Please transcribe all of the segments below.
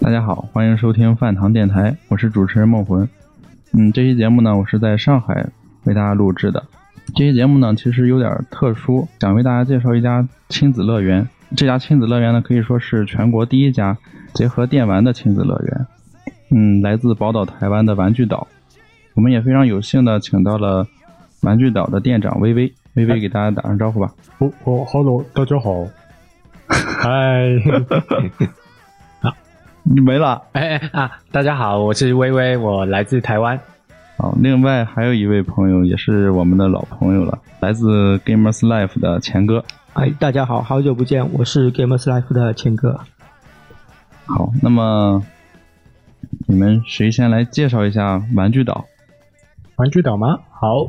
大家好，欢迎收听饭堂电台，我是主持人梦魂。嗯，这期节目呢，我是在上海为大家录制的。这期节目呢，其实有点特殊，想为大家介绍一家亲子乐园。这家亲子乐园呢，可以说是全国第一家结合电玩的亲子乐园。嗯，来自宝岛台湾的玩具岛，我们也非常有幸的请到了玩具岛的店长微微。微微给大家打声招呼吧。哦哦，Hello，大家 好，嗨，你没了。哎哎啊，大家好，我是微微，我来自台湾。好，另外还有一位朋友，也是我们的老朋友了，来自 Gamers Life 的钱哥。嗨，哎大家好，好久不见，我是 Gamers Life 的钱哥。好，那么你们谁先来介绍一下玩具岛？玩具岛吗？ 好，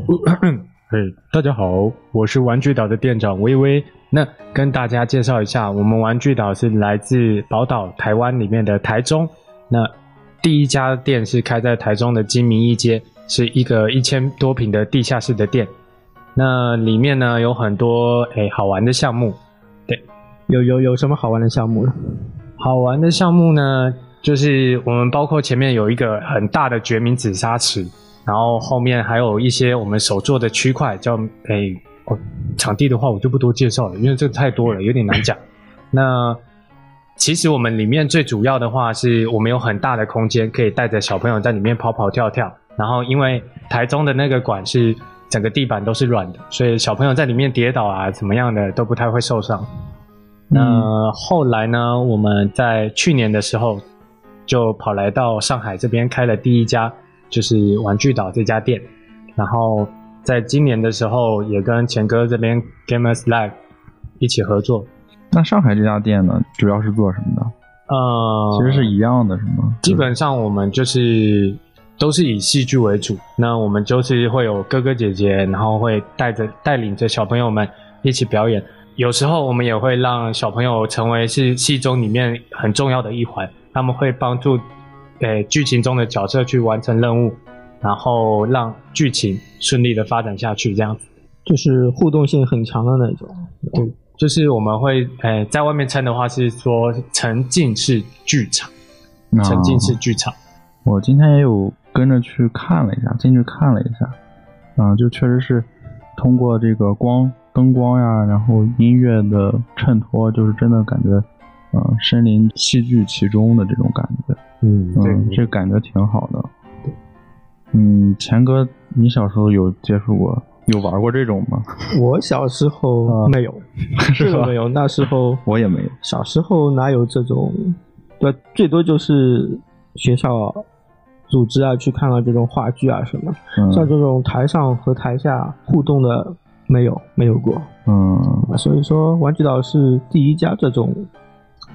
哎，大家好，我是玩具岛的店长微微。那跟大家介绍一下，我们玩具岛是来自宝岛台湾里面的台中。那第一家店是开在台中的金明一街，是一个一千多平的地下室的店。那里面呢有很多哎好玩的项目，有有有什么好玩的项目？好玩的项目呢，就是我们包括前面有一个很大的决明紫砂池，然后后面还有一些我们手做的区块，叫诶、哦，场地的话我就不多介绍了，因为这个太多了，有点难讲。那其实我们里面最主要的话是我们有很大的空间，可以带着小朋友在里面跑跑跳跳。然后因为台中的那个馆是整个地板都是软的，所以小朋友在里面跌倒啊怎么样的都不太会受伤。那后来呢，我们在去年的时候就跑来到上海这边开了第一家，就是玩具岛这家店。然后在今年的时候，也跟钱哥这边 Gamers Live 一起合作。那上海这家店呢，主要是做什么的？呃，其实是一样的，是吗？基本上我们就是都是以戏剧为主。那我们就是会有哥哥姐姐，然后会带着带领着小朋友们一起表演。有时候我们也会让小朋友成为是戏中里面很重要的一环，他们会帮助，呃，剧情中的角色去完成任务，然后让剧情顺利的发展下去，这样子。就是互动性很强 的那种。对，就是我们会，呃，在外面称的话是说沉浸式剧场，那沉浸式剧场。我今天也有跟着去看了一下，进去看了一下，嗯、就确实是通过这个光灯光呀，然后音乐的衬托，就是真的感觉，嗯、身临戏剧其中的这种感觉，嗯对，嗯，这感觉挺好的。嗯，钱哥，你小时候有接触过、有玩过这种吗？ 我小时候没有，啊是这吧个没有。那时候我也没有。小时候哪有这种？对，最多就是学校组织啊，去看看这种话剧啊什么。像嗯这种台上和台下互动的，没有没有过。嗯，啊，所以说玩具岛是第一家这种，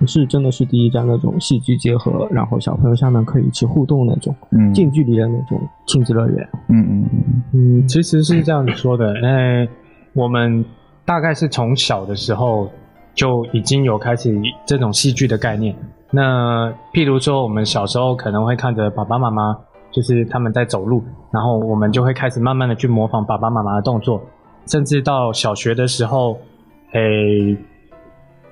是真的是第一家那种戏剧结合，然后小朋友下面可以一起互动那种嗯近距离的那种亲子乐园。嗯嗯嗯嗯，其实是这样子说的，呃，我们大概是从小的时候就已经有开始这种戏剧的概念。那譬如说，我们小时候可能会看着爸爸妈妈，就是他们在走路，然后我们就会开始慢慢的去模仿爸爸妈妈的动作，甚至到小学的时候，诶、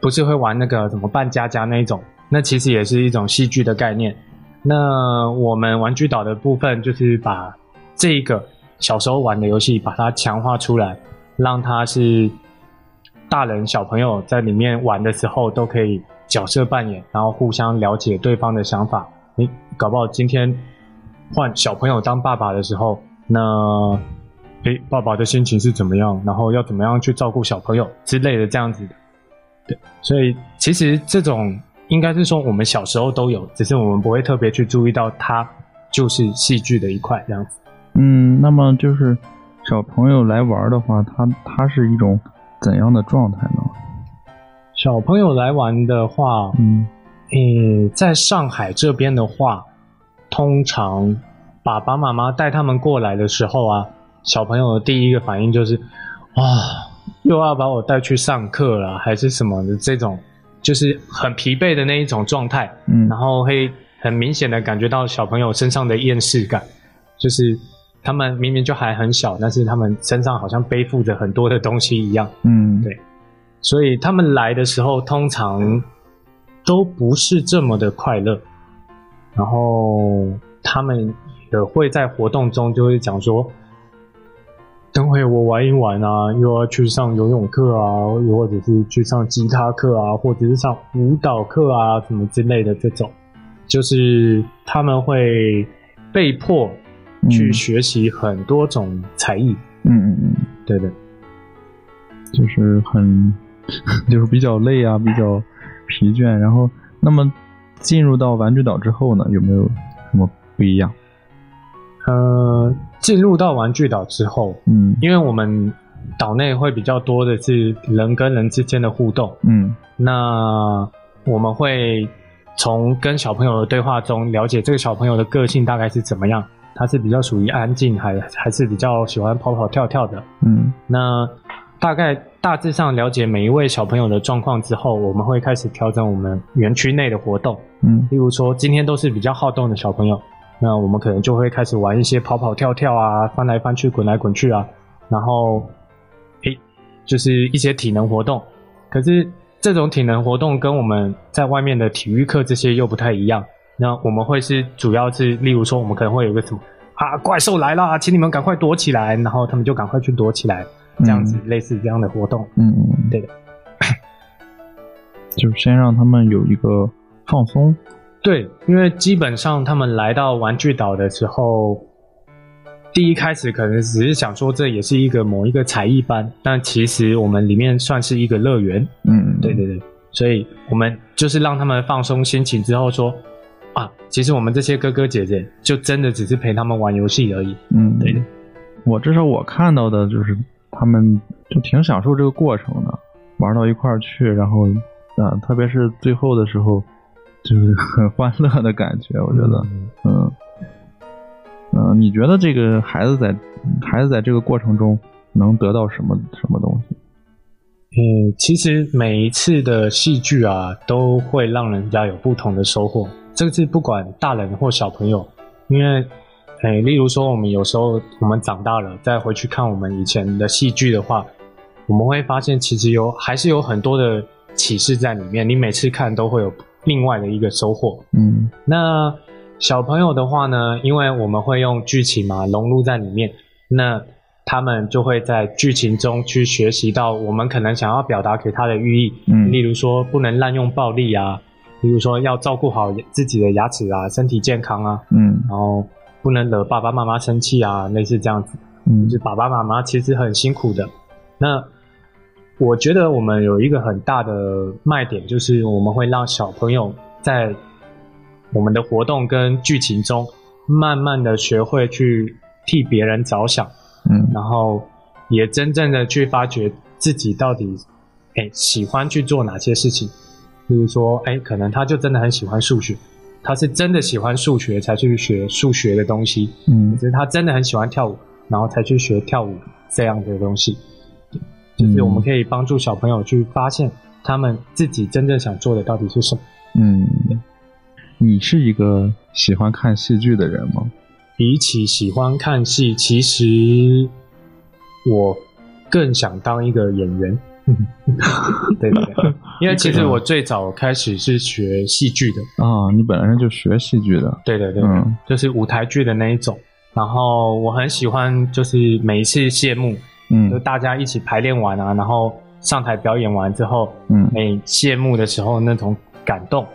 不是会玩那个怎么扮家家那一种，那其实也是一种戏剧的概念。那我们玩具岛的部分就是把这一个小时候玩的游戏，把它强化出来，让它是大人小朋友在里面玩的时候都可以角色扮演，然后互相了解对方的想法。你搞不好今天换小朋友当爸爸的时候，那诶，爸爸的心情是怎么样？然后要怎么样去照顾小朋友之类的这样子的。所以其实这种应该是说我们小时候都有，只是我们不会特别去注意到它就是戏剧的一块这样子。嗯，那么就是小朋友来玩的话，他他是一种怎样的状态呢？小朋友来玩的话，嗯诶、在上海这边的话，通常爸爸妈妈带他们过来的时候啊，小朋友的第一个反应就是啊，又要把我带去上课了，还是什么的这种，就是很疲惫的那一种状态。嗯然后会很明显的感觉到小朋友身上的厌世感，就是他们明明就还很小，但是他们身上好像背负着很多的东西一样，嗯，对所以他们来的时候通常都不是这么的快乐，然后他们也会在活动中就会讲说，等会我玩一玩啊，又要去上游泳课啊，又或者是去上吉他课啊，或者是上舞蹈课啊，什么之类的这种，就是他们会被迫去嗯学习很多种才艺，嗯嗯嗯，对对。就是很 就是比较累啊，比较疲倦。然后，那么进入到玩具岛之后呢，有没有什么不一样？呃，进入到玩具岛之后，嗯因为我们岛内会比较多的是人跟人之间的互动，嗯那我们会从跟小朋友的对话中了解这个小朋友的个性大概是怎么样，他是比较属于安静，还还是比较喜欢跑跑跳跳的。嗯那大概大致上了解每一位小朋友的状况之后，我们会开始调整我们园区内的活动。嗯例如说，今天都是比较好动的小朋友，那我们可能就会开始玩一些跑跑跳跳啊，翻来翻去，滚来滚去啊，然后，诶，就是一些体能活动。可是这种体能活动跟我们在外面的体育课这些又不太一样。那我们会是主要是，例如说，我们可能会有个什么啊，怪兽来啦，请你们赶快躲起来，然后他们就赶快去躲起来，这样子、类似这样的活动。嗯嗯，对的。 就是先让他们有一个放松。对，因为基本上他们来到玩具岛的时候，第一开始可能只是想说这也是一个某一个才艺班，但其实我们里面算是一个乐园。嗯，对对对，所以我们就是让他们放松心情之后说，啊，其实我们这些哥哥姐姐就真的只是陪他们玩游戏而已。嗯，对的。我至少我看到的就是他们就挺享受这个过程的，玩到一块儿去，然后啊、呃特别是最后的时候，就是 很欢乐的感觉。我觉得，嗯嗯、呃你觉得这个孩子在孩子在这个过程中能得到什么什么东西？嗯，其实每一次的戏剧啊，都会让人家有不同的收获。这个是不管大人或小朋友，因为，诶、例如说我们有时候我们长大了再回去看我们以前的戏剧的话，我们会发现其实有还是有很多的启示在里面。你每次看都会有另外的一个收获。嗯那小朋友的话呢，因为我们会用剧情嘛融入在里面，那他们就会在剧情中去学习到我们可能想要表达给他的寓意，嗯例如说不能滥用暴力啊，例如说要照顾好自己的牙齿啊，身体健康啊，嗯然后不能惹爸爸妈妈生气啊，类似这样子。嗯就是爸爸妈妈其实很辛苦的。那我觉得我们有一个很大的卖点，就是我们会让小朋友在我们的活动跟剧情中，慢慢的学会去替别人着想，嗯然后也真正的去发掘自己到底，哎、喜欢去做哪些事情。例如说，哎、可能他就真的很喜欢数学，他是真的喜欢数学才去学数学的东西。嗯就是他真的很喜欢跳舞，然后才去学跳舞这样的东西。就是我们可以帮助小朋友去发现他们自己真正想做的到底是什么。嗯，你是一个喜欢看戏剧的人吗？比起喜欢看戏，其实我更想当一个演员。 对对对，因为其实我最早开始是学戏剧的，啊，你本来就学戏剧的。对对对，嗯就是舞台剧的那一种。然后我很喜欢，就是每一次谢幕，嗯就大家一起排练完啊，然后上台表演完之后，嗯每谢幕的时候那种感动，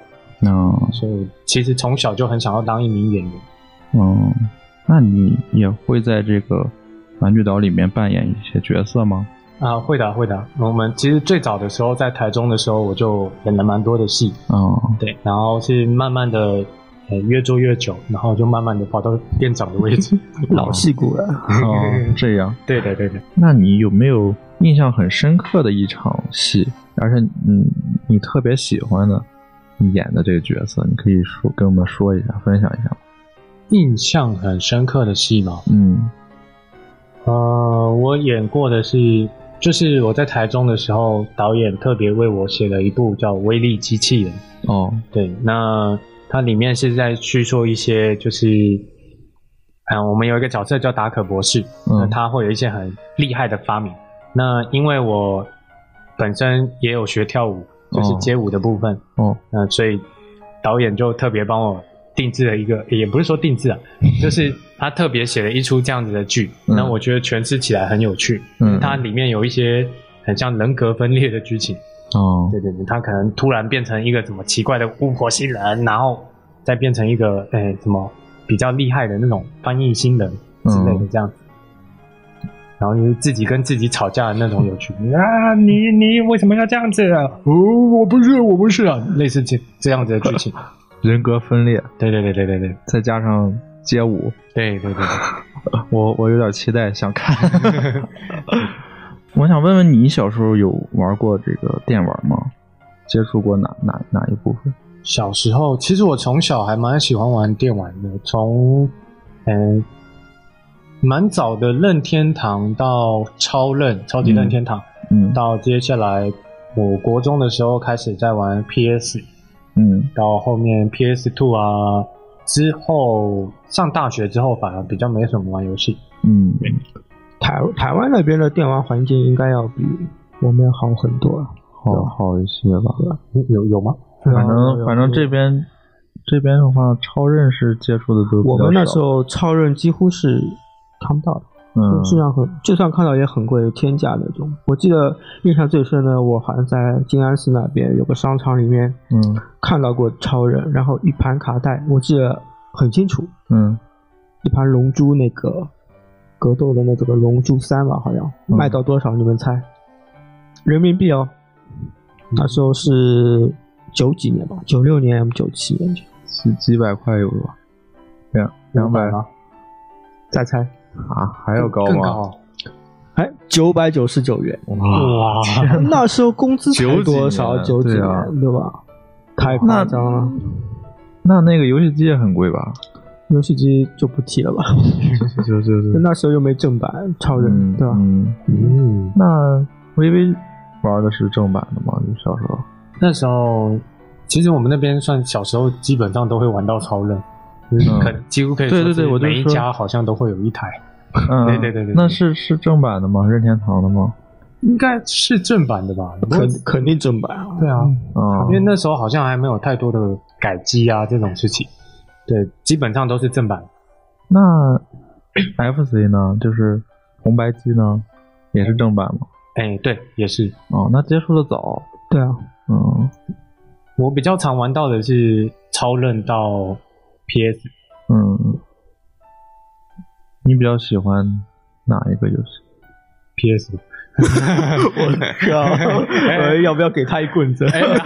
啊。所以其实从小就很想要当一名演员。哦，那你也会在这个玩具岛里面扮演一些角色吗？啊、会的啊，会的啊。我们其实最早的时候在台中的时候，我就演了蛮多的戏， 哦，对，然后是慢慢的，呃，越做越久，然后就慢慢的跑到店长的位置。老戏骨了。哦，这样，对的，对的。那你有没有印象很深刻的一场戏，而且嗯，你特别喜欢的你演的这个角色，你可以说跟我们说一下，分享一下吗。印象很深刻的戏嘛，嗯呃，我演过的是，就是我在台中的时候，导演特别为我写了一部叫《威力机器人》。哦，对，那它里面是在叙述一些就是，嗯、我们有一个角色叫达可博士，那嗯，他会有一些很厉害的发明。那因为我本身也有学跳舞，就是街舞的部分，哦，那所以导演就特别帮我定制了一个，也不是说定制啊， 就是他特别写了一出这样子的剧，嗯那我觉得诠释起来很有趣。嗯它里面有一些很像人格分裂的剧情，哦，对对对，他可能突然变成一个什么奇怪的巫婆新人，然后再变成一个诶、什么比较厉害的那种翻译新人之类的这样子。然后就是自己跟自己吵架的那种有趣啊！你你为什么要这样子啊？哦，我不是，我不是啊！类似这这样子的剧情，人格分裂，对对对对对对再加上街舞，对对对对，我我有点期待，想 看。我想问问你，小时候有玩过这个电玩吗？接触过哪哪哪一部分？小时候其实我从小还蛮喜欢玩电玩的，从嗯蛮早的任天堂到超任超级任天堂，嗯到接下来我国中的时候开始在玩 PS，嗯到后面 PS Two 啊，之后上大学之后反而比较没什么玩游戏。嗯，台台湾那边的电玩环境应该要比我们要好很多啊。好好一些吧。嗯有有吗？反然正后反正这边这边的话，超认识接触的都比较我们那少时候超任几乎是看不到的。嗯质量很，就算看到也很贵，天价那种。我记得印象最深的，我好像在静安寺那边有个商场里面嗯看到过超人，然后一盘卡带，我记得很清楚，嗯一盘龙珠那个格斗的那个龙珠三吧，好像嗯卖到多少？你们猜？人民币哦，那时候是九几年吧，九六年九七年，几几百块有吧？两两百吗？再猜，啊，还要高更吗？高啊哎，九百九十九元。哇，哇！ 那时候工资才多少？九九几几年对年啊对吧？太夸张了，那那个游戏机也很贵吧？游戏机就不提了吧。就就就那时候又没正版，超人、嗯对吧？嗯，嗯，那微微玩的是正版的吗？就小时候那时候其实我们那边算小时候基本上都会玩到超人，就是嗯可能几乎可以对说对对是我就每一说家好像都会有一台，嗯， 对对对对那是是正版的吗？任天堂的吗？应该是正版的嗯吧？肯哦肯定正版啊，对啊，啊因为那时候好像还没有太多的改机啊这种事情，对，基本上都是正版。 那 FC 呢？就是红白机呢，也是正版吗？哎，对，也是。哦，那接触的早，对啊，嗯我比较常玩到的是超任到 PS，嗯。你比较喜欢哪一个游戏？ PS， 我呃要不要给他一棍子？ 哎哎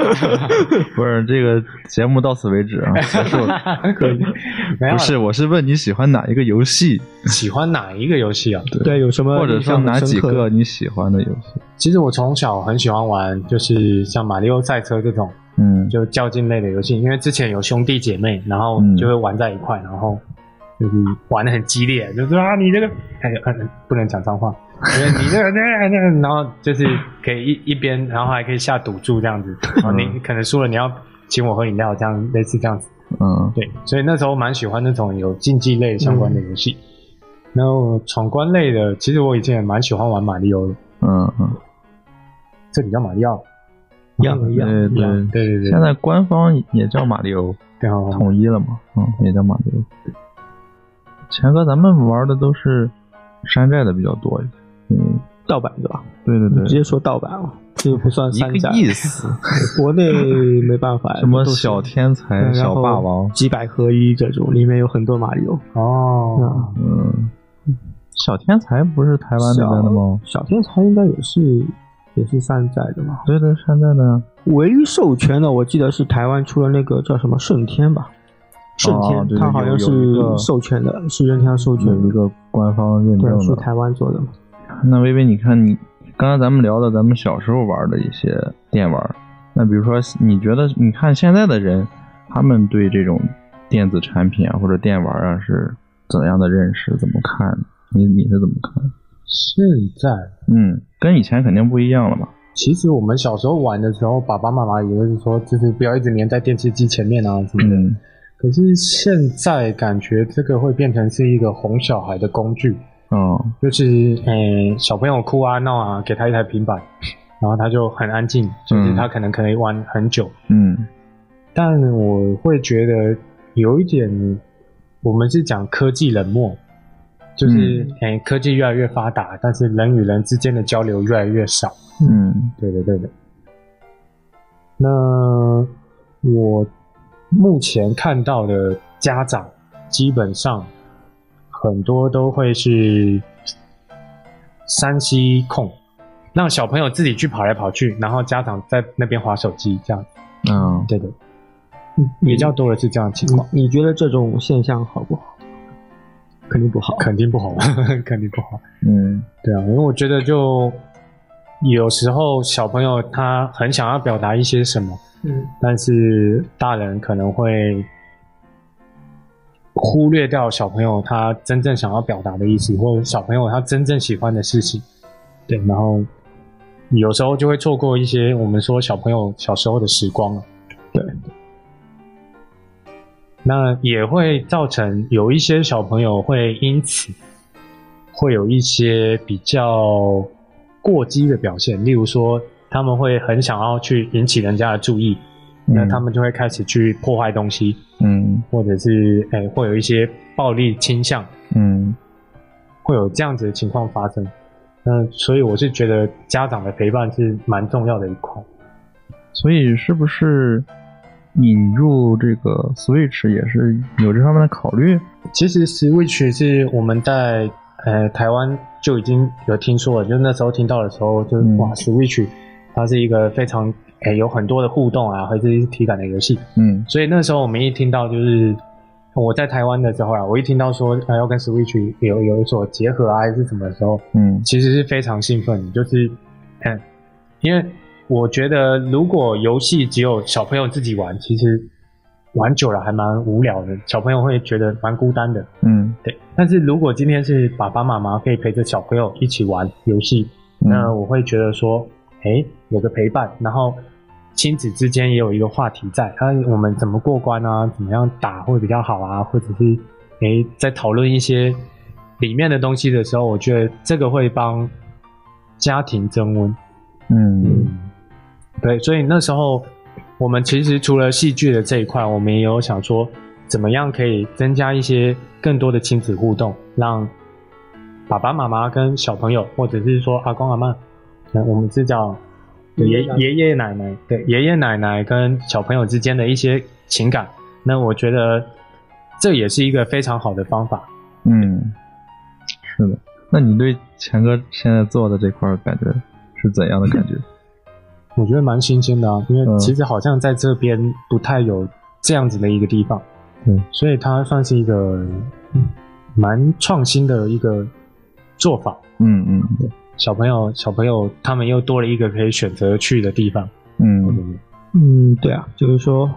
不是这个节目到此为止啊，结束了。可以， 不没有啦是，我是问你喜欢哪一个游戏，喜欢哪一个游戏啊？对，有什么或者说哪几印象个很深刻？你喜欢的游戏？其实我从小很喜欢玩，就是像马里奥赛车这种嗯，就较劲类的游戏，因为之前有兄弟姐妹，然后嗯就会玩在一块，然后就是玩的很激烈，就是啊你这个哎、呃、不能讲脏话，因为你这个那那，然后就是可以一一边，然后还可以下赌注这样子，嗯然后你可能输了你要请我喝饮料，这样类似这样子。嗯对，所以那时候蛮喜欢那种有竞技类相关的游戏。嗯然后闯关类的，其实我以前也蛮喜欢玩马里奥的，嗯嗯，这里叫马里奥，一样的，一样的。对一样对。对对对，现在官方也叫马里奥，对哦统一了嘛，嗯，也叫马里奥。钱哥，咱们玩的都是山寨的比较多一些，嗯，盗版对吧？对对你直对，接说盗版啊，这个不算山一寨个。意 思。国内没办法，什么都是小天才、对然小后霸王，几百合一这种，里面有很多马里奥。哦，啊，嗯，小天才不是台湾那边的吗？小天才应该也是也是山寨的吧？对对，山寨的呀。唯一授权的，我记得是台湾出了那个叫什么顺天吧，顺天，哦对对它好像有有是一个嗯授权的，是任天堂授权有一的，个官方认证对，是的。台湾做的嘛。那微微，你看你刚才咱们聊的，咱们小时候玩的一些电玩，那比如说，你觉得你看现在的人，他们对这种电子产品啊或者电玩啊是怎样的认识？怎么看？你你是怎么看？现在嗯，跟以前肯定不一样了嘛。其实我们小时候玩的时候，爸爸妈妈也就是说，就是不要一直黏在电视机前面啊什么的。嗯可是现在感觉这个会变成是一个哄小孩的工具，哦，就是诶、呃小朋友哭啊闹啊，给他一台平板，然后他就很安静，就是他可能可以玩很久。嗯但我会觉得有一点，我们是讲科技冷漠，就是哎、诶科技越来越发达，但是人与人之间的交流越来越少。嗯对的，对的。那我目前看到的家长，基本上很多都会是山西控，让小朋友自己去跑来跑去，然后家长在那边划手机，这样。嗯，对的，你比较多的是这样的情况，你你觉得这种现象好不好？肯定不好。哦肯定不好， 肯定不好。嗯对啊，因为我觉得就有时候小朋友他很想要表达一些什么，嗯，但是大人可能会忽略掉小朋友他真正想要表达的意思，或者小朋友他真正喜欢的事情。对，然后有时候就会错过一些我们说小朋友小时候的时光啊了。对，那也会造成有一些小朋友会因此会有一些比较过激的表现，例如说他们会很想要去引起人家的注意，嗯那他们就会开始去破坏东西，嗯或者是哎、会有一些暴力倾向，嗯会有这样子的情况发生。嗯，所以我是觉得家长的陪伴是蛮重要的一块。所以是不是引入这个 Switch 也是有这方面的考虑？其实 Switch 是我们在呃台湾就已经有听说了，就那时候听到的时候就，是嗯哇，Switch 它是一个非常呃有很多的互动啊，还是体感的游戏。嗯所以那时候我们一听到就是我在台湾的时候啊，我一听到说呃要跟 Switch 有有所结合啊，还是什么的时候，嗯其实是非常兴奋的，就是嗯，因为我觉得如果游戏只有小朋友自己玩，其实玩久了还蛮无聊的，小朋友会觉得蛮孤单的。嗯对，但是如果今天是爸爸妈妈可以陪着小朋友一起玩游戏，嗯那我会觉得说，哎，有个陪伴，然后亲子之间也有一个话题在，那我们怎么过关啊？怎么样打会比较好啊？或者是哎，在讨论一些里面的东西的时候，我觉得这个会帮家庭增温。嗯对，所以那时候我们其实除了戏剧的这一块，我们也有想说，怎么样可以增加一些更多的亲子互动，让爸爸妈妈跟小朋友，或者是说阿公阿嬷，嗯我们是叫爷爷爷奶奶，对，爷爷奶奶跟小朋友之间的一些情感，那我觉得这也是一个非常好的方法。嗯，是的。那你对强哥现在做的这块儿感觉是怎样的感觉？我觉得蛮新鲜的啊，因嗯为其实好像在这边不太有这样子的一个地方，对，所以它算是一个嗯蛮创新的一个做法。嗯嗯对小朋友，小朋友他们又多了一个可以选择去的地方。嗯嗯，对啊，就是说，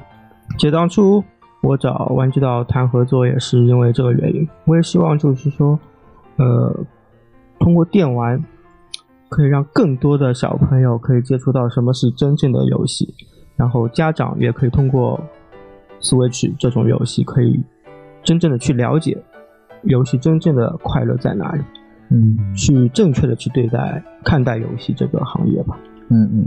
其实当初我找玩具岛谈合作也是因为这个原因。我也希望就是说，呃，通过电玩，可以让更多的小朋友可以接触到什么是真正的游戏，然后家长也可以通过 Switch 这种游戏，可以真正的去了解游戏真正的快乐在哪里，嗯去正确的去对待看待游戏这个行业吧。嗯嗯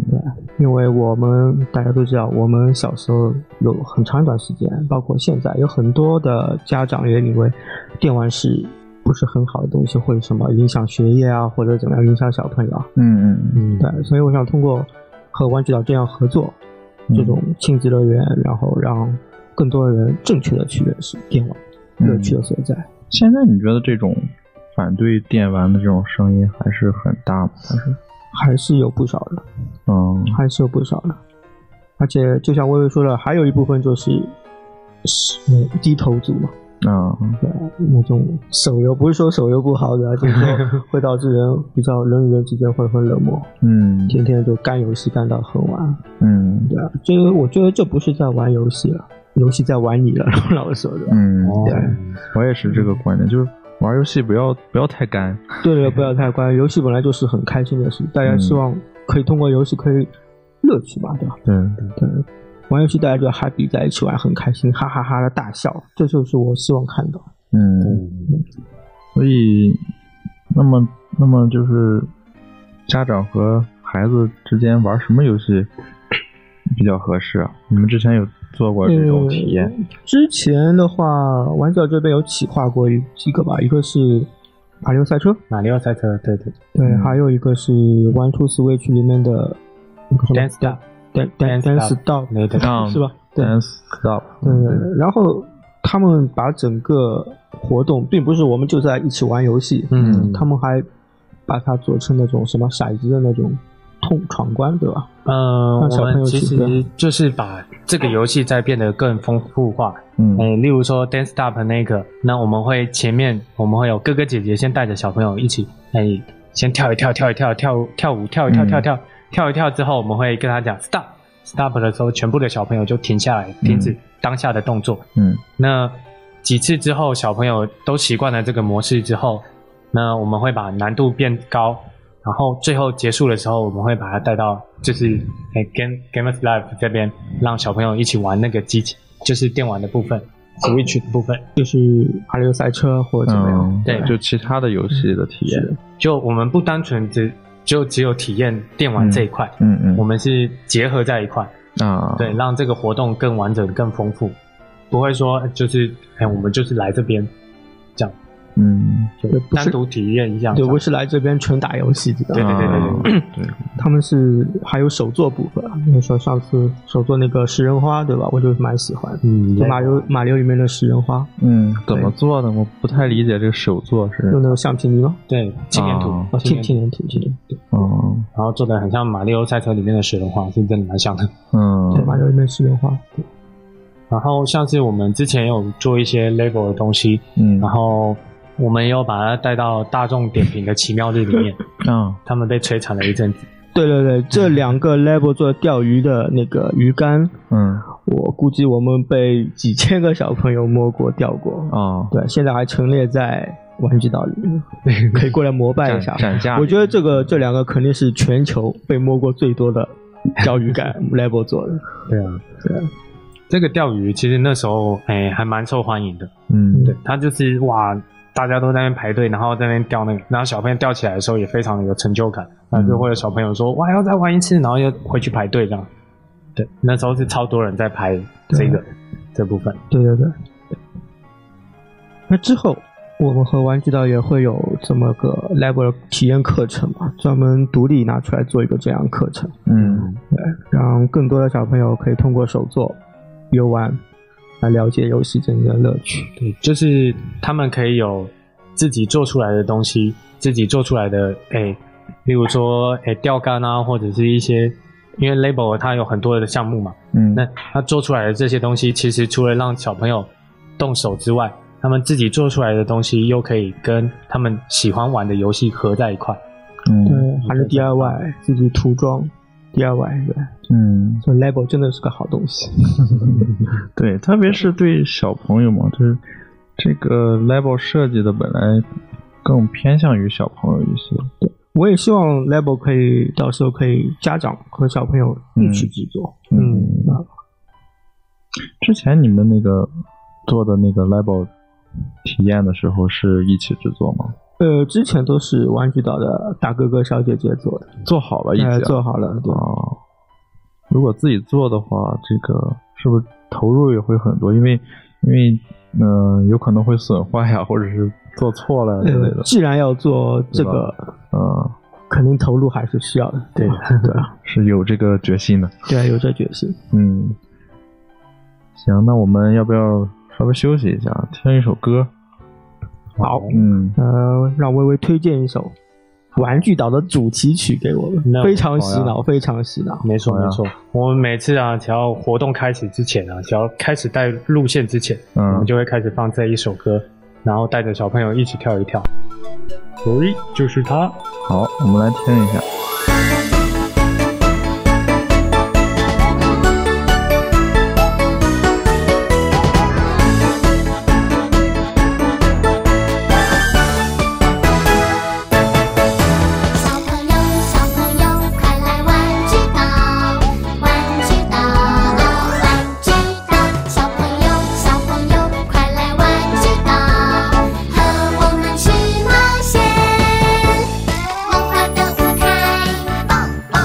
因为我们大家都知道，我们小时候有很长一段时间，包括现在，有很多的家长也以为电玩是不是很好的东西，会什么影响学业啊，或者怎么样影响小朋友啊。嗯嗯嗯对，所以我想通过和玩具岛这样合作，这种亲子乐园，然后让更多的人正确的去认识电玩乐趣的所在。现在你觉得这种反对电玩的这种声音还是很大吗？还是还是有不少的，嗯还是有不少的。而且就像微微说的，还有一部分就是是嗯低头族嘛。啊对，那种手游不是说手游不好的，就是说会导致人比较人与人之间会很冷漠，嗯天天就干游戏干到很晚。嗯对啊，这个我觉得这不是在玩游戏了，游戏在玩你了。 老实说的，嗯，哦对我也是这个观点，就是玩游戏不要不要太干。对对，不要太乖，游戏本来就是很开心的事，大家希望可以通过游戏可以乐趣嘛，对吧？对，对，嗯玩游戏大家就 happy 在一起玩，很开心，哈哈哈的大笑，这就是我希望看到。嗯，嗯，所以那么那么就是家长和孩子之间玩什么游戏比较合适啊？你们之前有做过这种体验？嗯之前的话，玩角这边有企划过一几个吧，一个是马里奥赛车，马里奥赛车，对对对，嗯还有一个是 One Two Switch 里面的那个什么，Dance Star， Dan Dan Dance Dance Dog 那个啊是吧？对，嗯，stop。嗯，然后他们把整个活动，并不是我们就在一起玩游戏，嗯他们还把它做成那种什么骰子的那种痛闯关，对吧？呃，让小我朋友们其去对实就是把这个游戏再变得更丰富化。嗯哎，例如说 Dance Up 那个，那我们会前面我们会有哥哥姐姐先带着小朋友一起，哎，先跳一跳，跳一跳，跳舞跳舞，跳一跳，嗯跳一跳，跳一跳之后，我们会跟他讲 Stop Stop 的时候，全部的小朋友就停下来，停止当下的动作。嗯那几次之后，小朋友都习惯了这个模式之后，那我们会把难度变高，然后最后结束的时候，我们会把它带到就是诶 Game Gamers Life 这边，让小朋友一起玩那个机器，就是电玩的部分，Switch 的部分。马里奥赛车或者怎么样？嗯，对就其他的游戏的体验。就我们不单纯只就只有体验电玩这一块，嗯我嗯们是结合在一块，啊，对，让这个活动更完整、更丰富，不会说就是哎，我们就是来这边这样。嗯，就呃对不是单独体验一下，对，不是来这边纯打游戏的，对对对对啊对对，他们是还有手作部分。啊比如说上次手作那个食人花，对吧？我就蛮喜欢，嗯就马里奥马里奥里面的食人花，嗯，怎么做的？我不太理解这个手作是用那个橡皮泥吗？对纪念图啊啊，纪挺念图挺能挺挺能，对哦，然后做的很像马里奥赛车里面的雪人花，是真的蛮像的。哦对，马嗯里奥里面食人花，对然后像是我们之前有做一些 LEGO 的东西，嗯然后我们也有把它带到大众点评的奇妙日里面，啊，他们被摧残了一阵子。对对对，这嗯两个 level 做钓鱼的那个鱼竿，嗯我估计我们被几千个小朋友摸过、钓过。哦，对，现在还陈列在玩具岛里，可以过来膜拜一下展。展架，我觉得这个这两个肯定是全球被摸过最多的钓鱼 竿 level 做的。对啊，对啊，这个钓鱼其实那时候哎还蛮受欢迎的，嗯对，它就是哇。大家都在那边排队，然后在那边钓那个，然后小朋友钓起来的时候也非常的有成就感，那就会有小朋友说哇要再玩一次，然后又回去排队这样。对，那时候是超多人在排这个这部分。对对对。那之后，我们和玩具岛也会有这么个 level 体验课程嘛，专门独立拿出来做一个这样的课程。嗯让更多的小朋友可以通过手作、游玩来了解游戏真正的乐趣。对，就是他们可以有自己做出来的东西，自己做出来的，哎、例如说，哎、钓竿啊，或者是一些，因为 label 它有很多的项目嘛，嗯，那他做出来的这些东西，其实除了让小朋友动手之外，他们自己做出来的东西又可以跟他们喜欢玩的游戏合在一块。嗯对，还是 DIY 自己涂装，DIY 对，嗯，所以 Lego 真的是个好东西。对，特别是对小朋友嘛，就是这个 level 设计的本来更偏向于小朋友一些，我也希望 Lego 可以到时候可以家长和小朋友一起制作。嗯啊之前你们那个做的那个 level 体验的时候是一起制作吗？呃，之前都是玩具岛的大哥哥小姐姐做的，做好了已经、呃做好了，对，哦，如果自己做的话，这个是不是投入也会很多？因为因为嗯、呃有可能会损坏啊呀，或者是做错了啊之类呃的。既然要做这个，嗯，肯定投入还是需要的，对吧？ 对啊，是有这个决心的。对啊，有这决心。嗯，行，那我们要不要稍微休息一下，听一首歌？好，嗯，呃，让微微推荐一首《玩具岛》的主题曲给我们那，我非常洗脑，非常洗脑。 没错好呀没错，我们每次啊，只要活动开始之前啊，只要开始带路线之前，嗯我们就会开始放这一首歌，然后带着小朋友一起跳一跳。喂，就是它。好，我们来听一下。小朋友，小朋友，快来玩具岛，玩具岛，玩具岛。小朋友，小朋友，快来玩具岛，和我们去冒险，梦幻的舞台。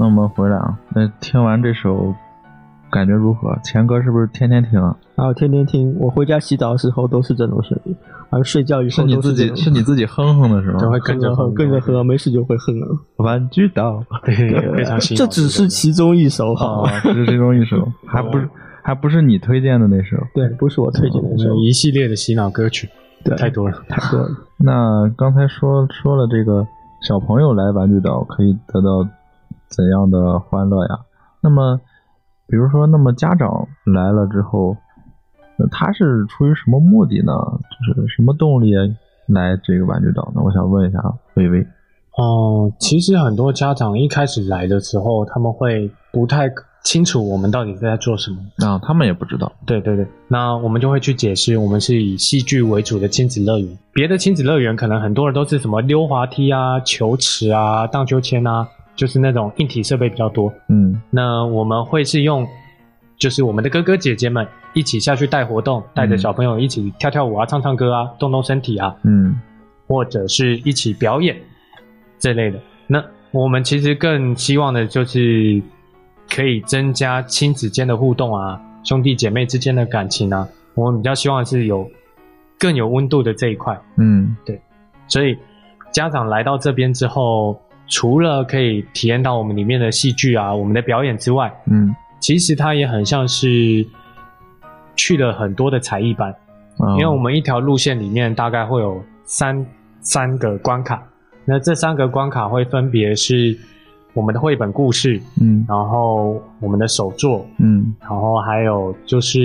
那我们回来啊，那听完这首感觉如何？前歌是不是天天听啊？然后天天听，我回家洗澡的时候都是这种声音，然后睡觉以是后你都自这己种是你自己哼哼的是吗？就会跟跟着着哼，哼，嗯 跟着哼，没事就会哼了。玩具岛， 对，非常新。这只是其中一首哈，啊哦， 这是其中一首，还不是还不是你推荐的那首。对，不是我推荐的一首嗯有，一系列的洗脑歌曲，对，太多了。太多 了。那刚才说说了这个小朋友来玩具岛可以得到怎样的欢乐呀？那么，比如说，那么家长来了之后，呃他是出于什么目的呢？就是什么动力来这个玩具岛呢？我想问一下薇薇。哦，其实很多家长一开始来的时候，他们会不太清楚我们到底在做什么。啊，他们也不知道。对对对，那我们就会去解释，我们是以戏剧为主的亲子乐园。别的亲子乐园可能很多人都是什么溜滑梯啊、球池啊、荡秋千啊，就是那种硬体设备比较多。嗯那我们会是用，就是我们的哥哥姐姐们一起下去带活动，带着小朋友一起跳跳舞啊、唱唱歌啊、动动身体啊，嗯或者是一起表演这类的。那我们其实更希望的就是可以增加亲子间的互动啊，兄弟姐妹之间的感情啊。我们比较希望是有更有温度的这一块。嗯所以家长来到这边之后，除了可以体验到我们里面的戏剧啊、我们的表演之外，嗯其实它也很像是去了很多的才艺班，啊，因为我们一条路线里面大概会有三三个关卡，那这三个关卡会分别是我们的绘本故事，嗯然后我们的手作，嗯然后还有就是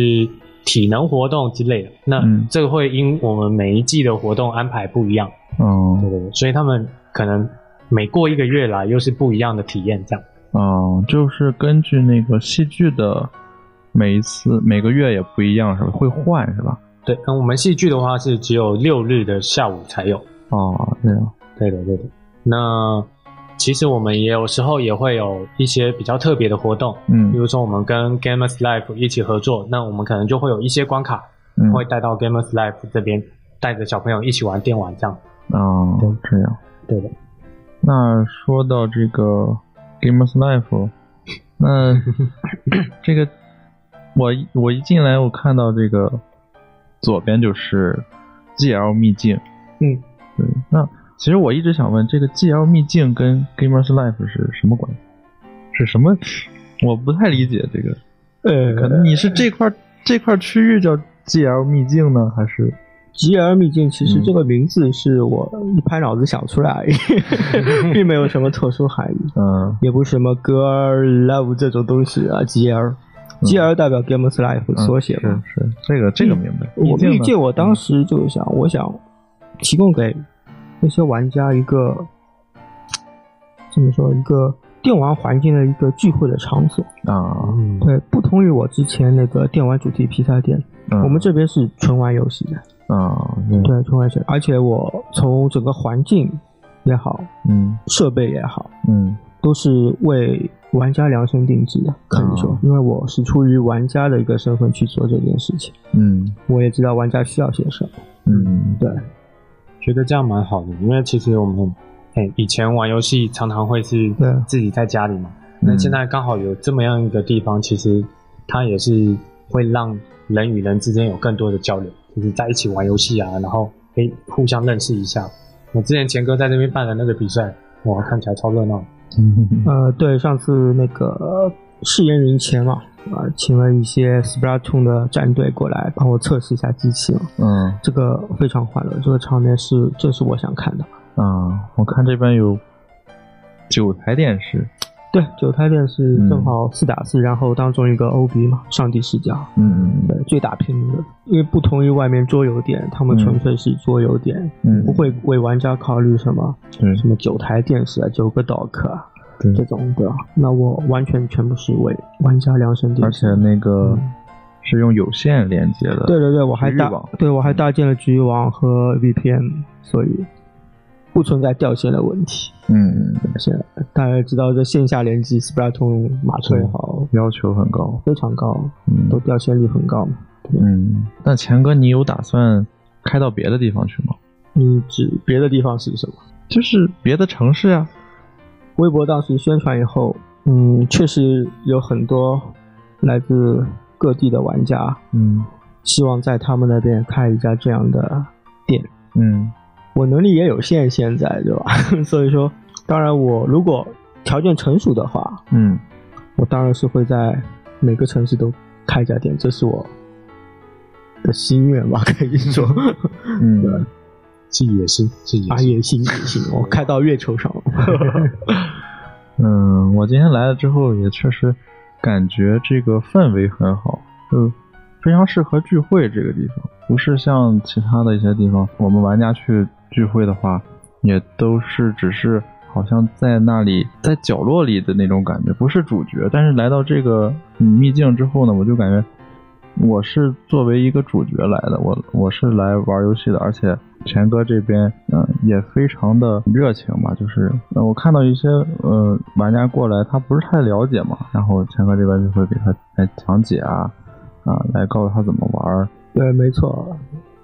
体能活动之类的。那嗯这个会因我们每一季的活动安排不一样，哦对对对，所以他们可能每过一个月来又是不一样的体验，这样。哦，就是根据那个戏剧的每一次每个月也不一样是吧？会换是吧？对，那我们戏剧的话是只有六日的下午才有。哦，这样，对的，对的。那其实我们也有时候也会有一些比较特别的活动，比嗯如说我们跟 Gamers Life 一起合作，那我们可能就会有一些关卡嗯会带到 Gamers Life 这边，带着小朋友一起玩电玩这样。哦，这样。对的，那说到这个 Gamers Life，那这个我一我一进来，我看到这个左边就是 GL 秘境，嗯，对。那其实我一直想问，这个 GL 秘境跟 Gamers Life 是什么关系？是什么？我不太理解这个。可呃能你是这块这块区域叫 GL 秘境呢，还是吉尔秘境其实嗯这个名字是我一拍脑子想出来 而已，并没有什么特殊含义，嗯也不是什么 girl love 这种东西啊。吉尔，吉尔代表 Games Life 嗯缩写嘛。嗯嗯是是这个这个明白？我呢嗯毕竟我当时就想，我想提供给那些玩家一个怎么说一个电玩环境的一个聚会的场所。啊，嗯，对，不同于我之前那个电玩主题披萨店，嗯我们这边是纯玩游戏的，啊，对对，纯玩游戏。而且我从整个环境也好，嗯设备也好，嗯都是为玩家量身定制的，可以说，哦因为我是出于玩家的一个身份去做这件事情，嗯我也知道玩家需要些什么。嗯对，觉得这样蛮好的，因为其实我们哎以前玩游戏常常会是对自己在家里嘛，嗯那现在刚好有这么样一个地方，其实它也是会让人与人之间有更多的交流，就是在一起玩游戏啊，然后可以互相认识一下。我之前钱哥在这边办的那个比赛，哇，看起来超热闹。嗯呃，对，上次那个呃试验营前嘛，啊、请了一些 Splatoon 的战队过来帮我测试一下机器嘛，嗯这个非常欢乐，这个场面是正是我想看的。啊，我看这边有九台电视，对，九台电视嗯正好四打四，然后当中一个 OB 嘛，上帝视角，嗯对，最打平的。因为不同于外面桌游店，他们嗯纯粹是桌游店，嗯不会为玩家考虑什么对什么九台电视啊、九个 dock 啊对这种的。那我完全全部是为玩家量身定而制且的。那个嗯是用有线连接的，对对对，我还局域搭网对我还搭建了局域网和 VPN，所以不存在掉线的问题。嗯，现在大家知道，这线下联机 Splatoon、马车也好，要求很高，非常高，嗯都掉线率很高嘛。嗯，那钱哥，你有打算开到别的地方去吗？你指别的地方是什么？就是别的城市啊，微博当时宣传以后，嗯，确实有很多来自各地的玩家嗯希望在他们那边开一家这样的店。嗯我能力也有限，现在对吧？ 所以说，当然我如果条件成熟的话，嗯我当然是会在每个城市都开一家店，这是我的心愿吧，可以说嗯，是野心，是野啊，心。也行也行，我开到月球上了。嗯，我今天来了之后也确实感觉这个氛围很好，就非常适合聚会这个地方，不是像其他的一些地方，我们玩家去聚会的话，也都是只是好像在那里在角落里的那种感觉，不是主角。但是来到这个嗯秘境之后呢，我就感觉我是作为一个主角来的，我我是来玩游戏的，而且钱哥这边嗯、呃也非常的热情吧，就是、呃我看到一些呃玩家过来，他不是太了解嘛，啊然后钱哥这边就会给他来讲解啊啊，来告诉他怎么玩儿，对，没错。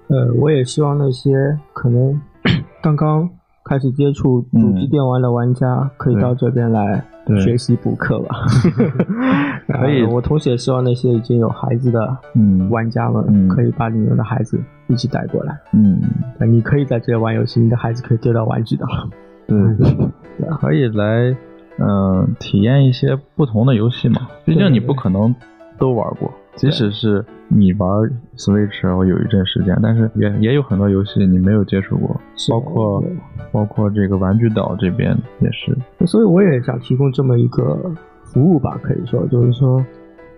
呃，我也希望那些可能刚刚开始接触主机嗯电玩的玩家，可以对到这边来对学习补课吧。 可以呃我同时也希望那些已经有孩子的嗯玩家嗯们，可以把你们的孩子一起带过来。嗯，呃你可以在这里玩游戏，你的孩子可以丢到玩具的。嗯对，嗯 可以来嗯、呃体验一些不同的游戏嘛，毕竟你不可能都玩过。即使是你玩 Switch，我有一阵时间，但是也也有很多游戏你没有接触过，是包括包括这个玩具岛这边也是，所以我也想提供这么一个服务吧，可以说就是说，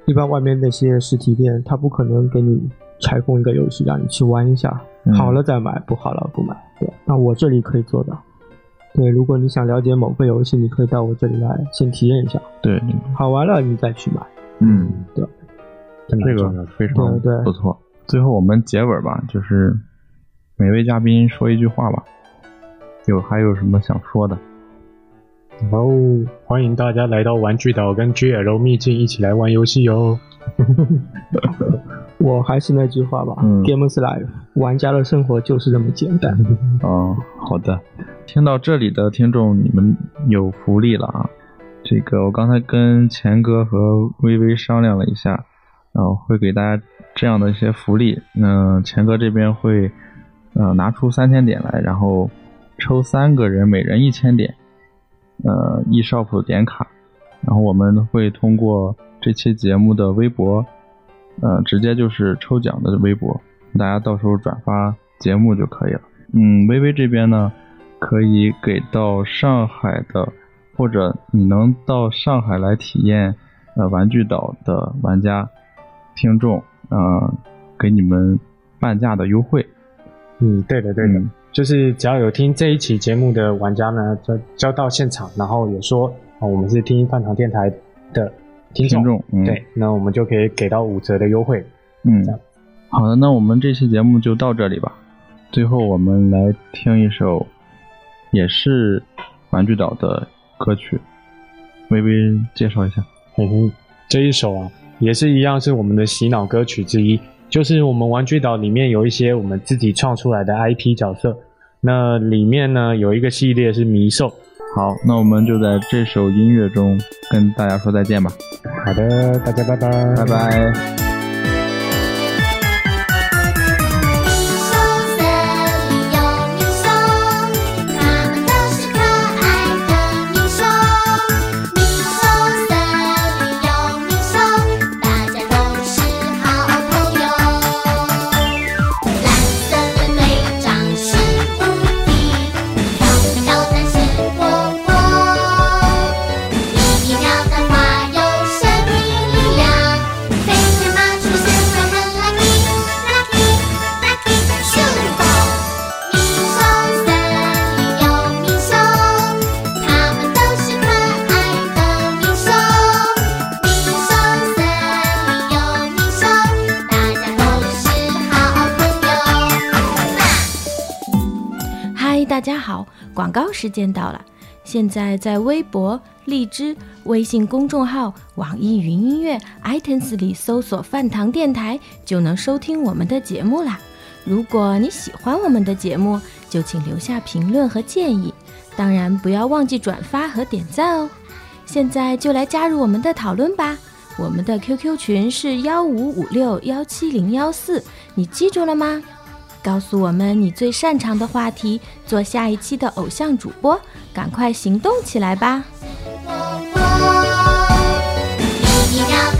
一般外面那些实体店，它不可能给你拆封一个游戏让你去玩一下，嗯好了再买，不好了不买。对，那我这里可以做到。对，如果你想了解某个游戏，你可以到我这里来先体验一下，对，对好玩了你再去买。嗯，这这个非常对对不错。最后我们结尾吧，就是每位嘉宾说一句话吧，有还有什么想说的？然后欢迎大家来到玩具岛跟 GL 秘境一起来玩游戏哦。我还是那句话吧、嗯 g a m e is life，玩家的生活就是这么简单。哦，好的。听到这里的听众，你们有福利了啊！这个我刚才跟钱哥和微微商量了一下，然后会给大家这样的一些福利。嗯、钱哥这边会呃拿出三千点来，然后抽三个人，每人一千点，呃，eShop 点卡。然后我们会通过这期节目的微博，呃，直接就是抽奖的微博，大家到时候转发节目就可以了。嗯，微微这边呢，可以给到上海的，或者你能到上海来体验呃玩具岛的玩家听众，呃，给你们半价的优惠。嗯，对的，对的，嗯就是只要有听这一期节目的玩家呢，就就要到现场，然后有说啊、我们是听饭堂电台的听众，听众，嗯，对，那我们就可以给到五折的优惠。嗯这样，好的，那我们这期节目就到这里吧。最后我们来听一首，也是玩具岛的歌曲，微微介绍一下。嘿嘿，这一首啊，也是一样是我们的洗脑歌曲之一，就是我们玩具岛里面有一些我们自己创出来的 IP 角色，那里面呢有一个系列是迷兽。好，那我们就在这首音乐中跟大家说再见吧，好的，大家拜拜，拜拜。一首森林有鸣兽，它们都是可爱的鸣兽。鸣兽森林有鸣兽，大家都是好朋友。蓝色的队长是无敌，高高的是波波。一秒的花有生命力量，飞天麻雀是快乐，lucky lucky lucky 树洞。鸣兽森林有鸣兽，它们都是可爱的鸣兽。鸣兽森林有鸣兽，大家都是好朋友。嗨，大家好，广告时间到了。现在在微博、荔枝、微信公众号、网易云音乐、iTunes 里搜索“饭堂电台”，就能收听我们的节目啦。如果你喜欢我们的节目，就请留下评论和建议，当然不要忘记转发和点赞哦。现在就来加入我们的讨论吧。我们的 QQ 群是幺五五六幺七零幺四，你记住了吗？告诉我们你最擅长的话题，做下一期的偶像主播，赶快行动起来吧！波波，一定要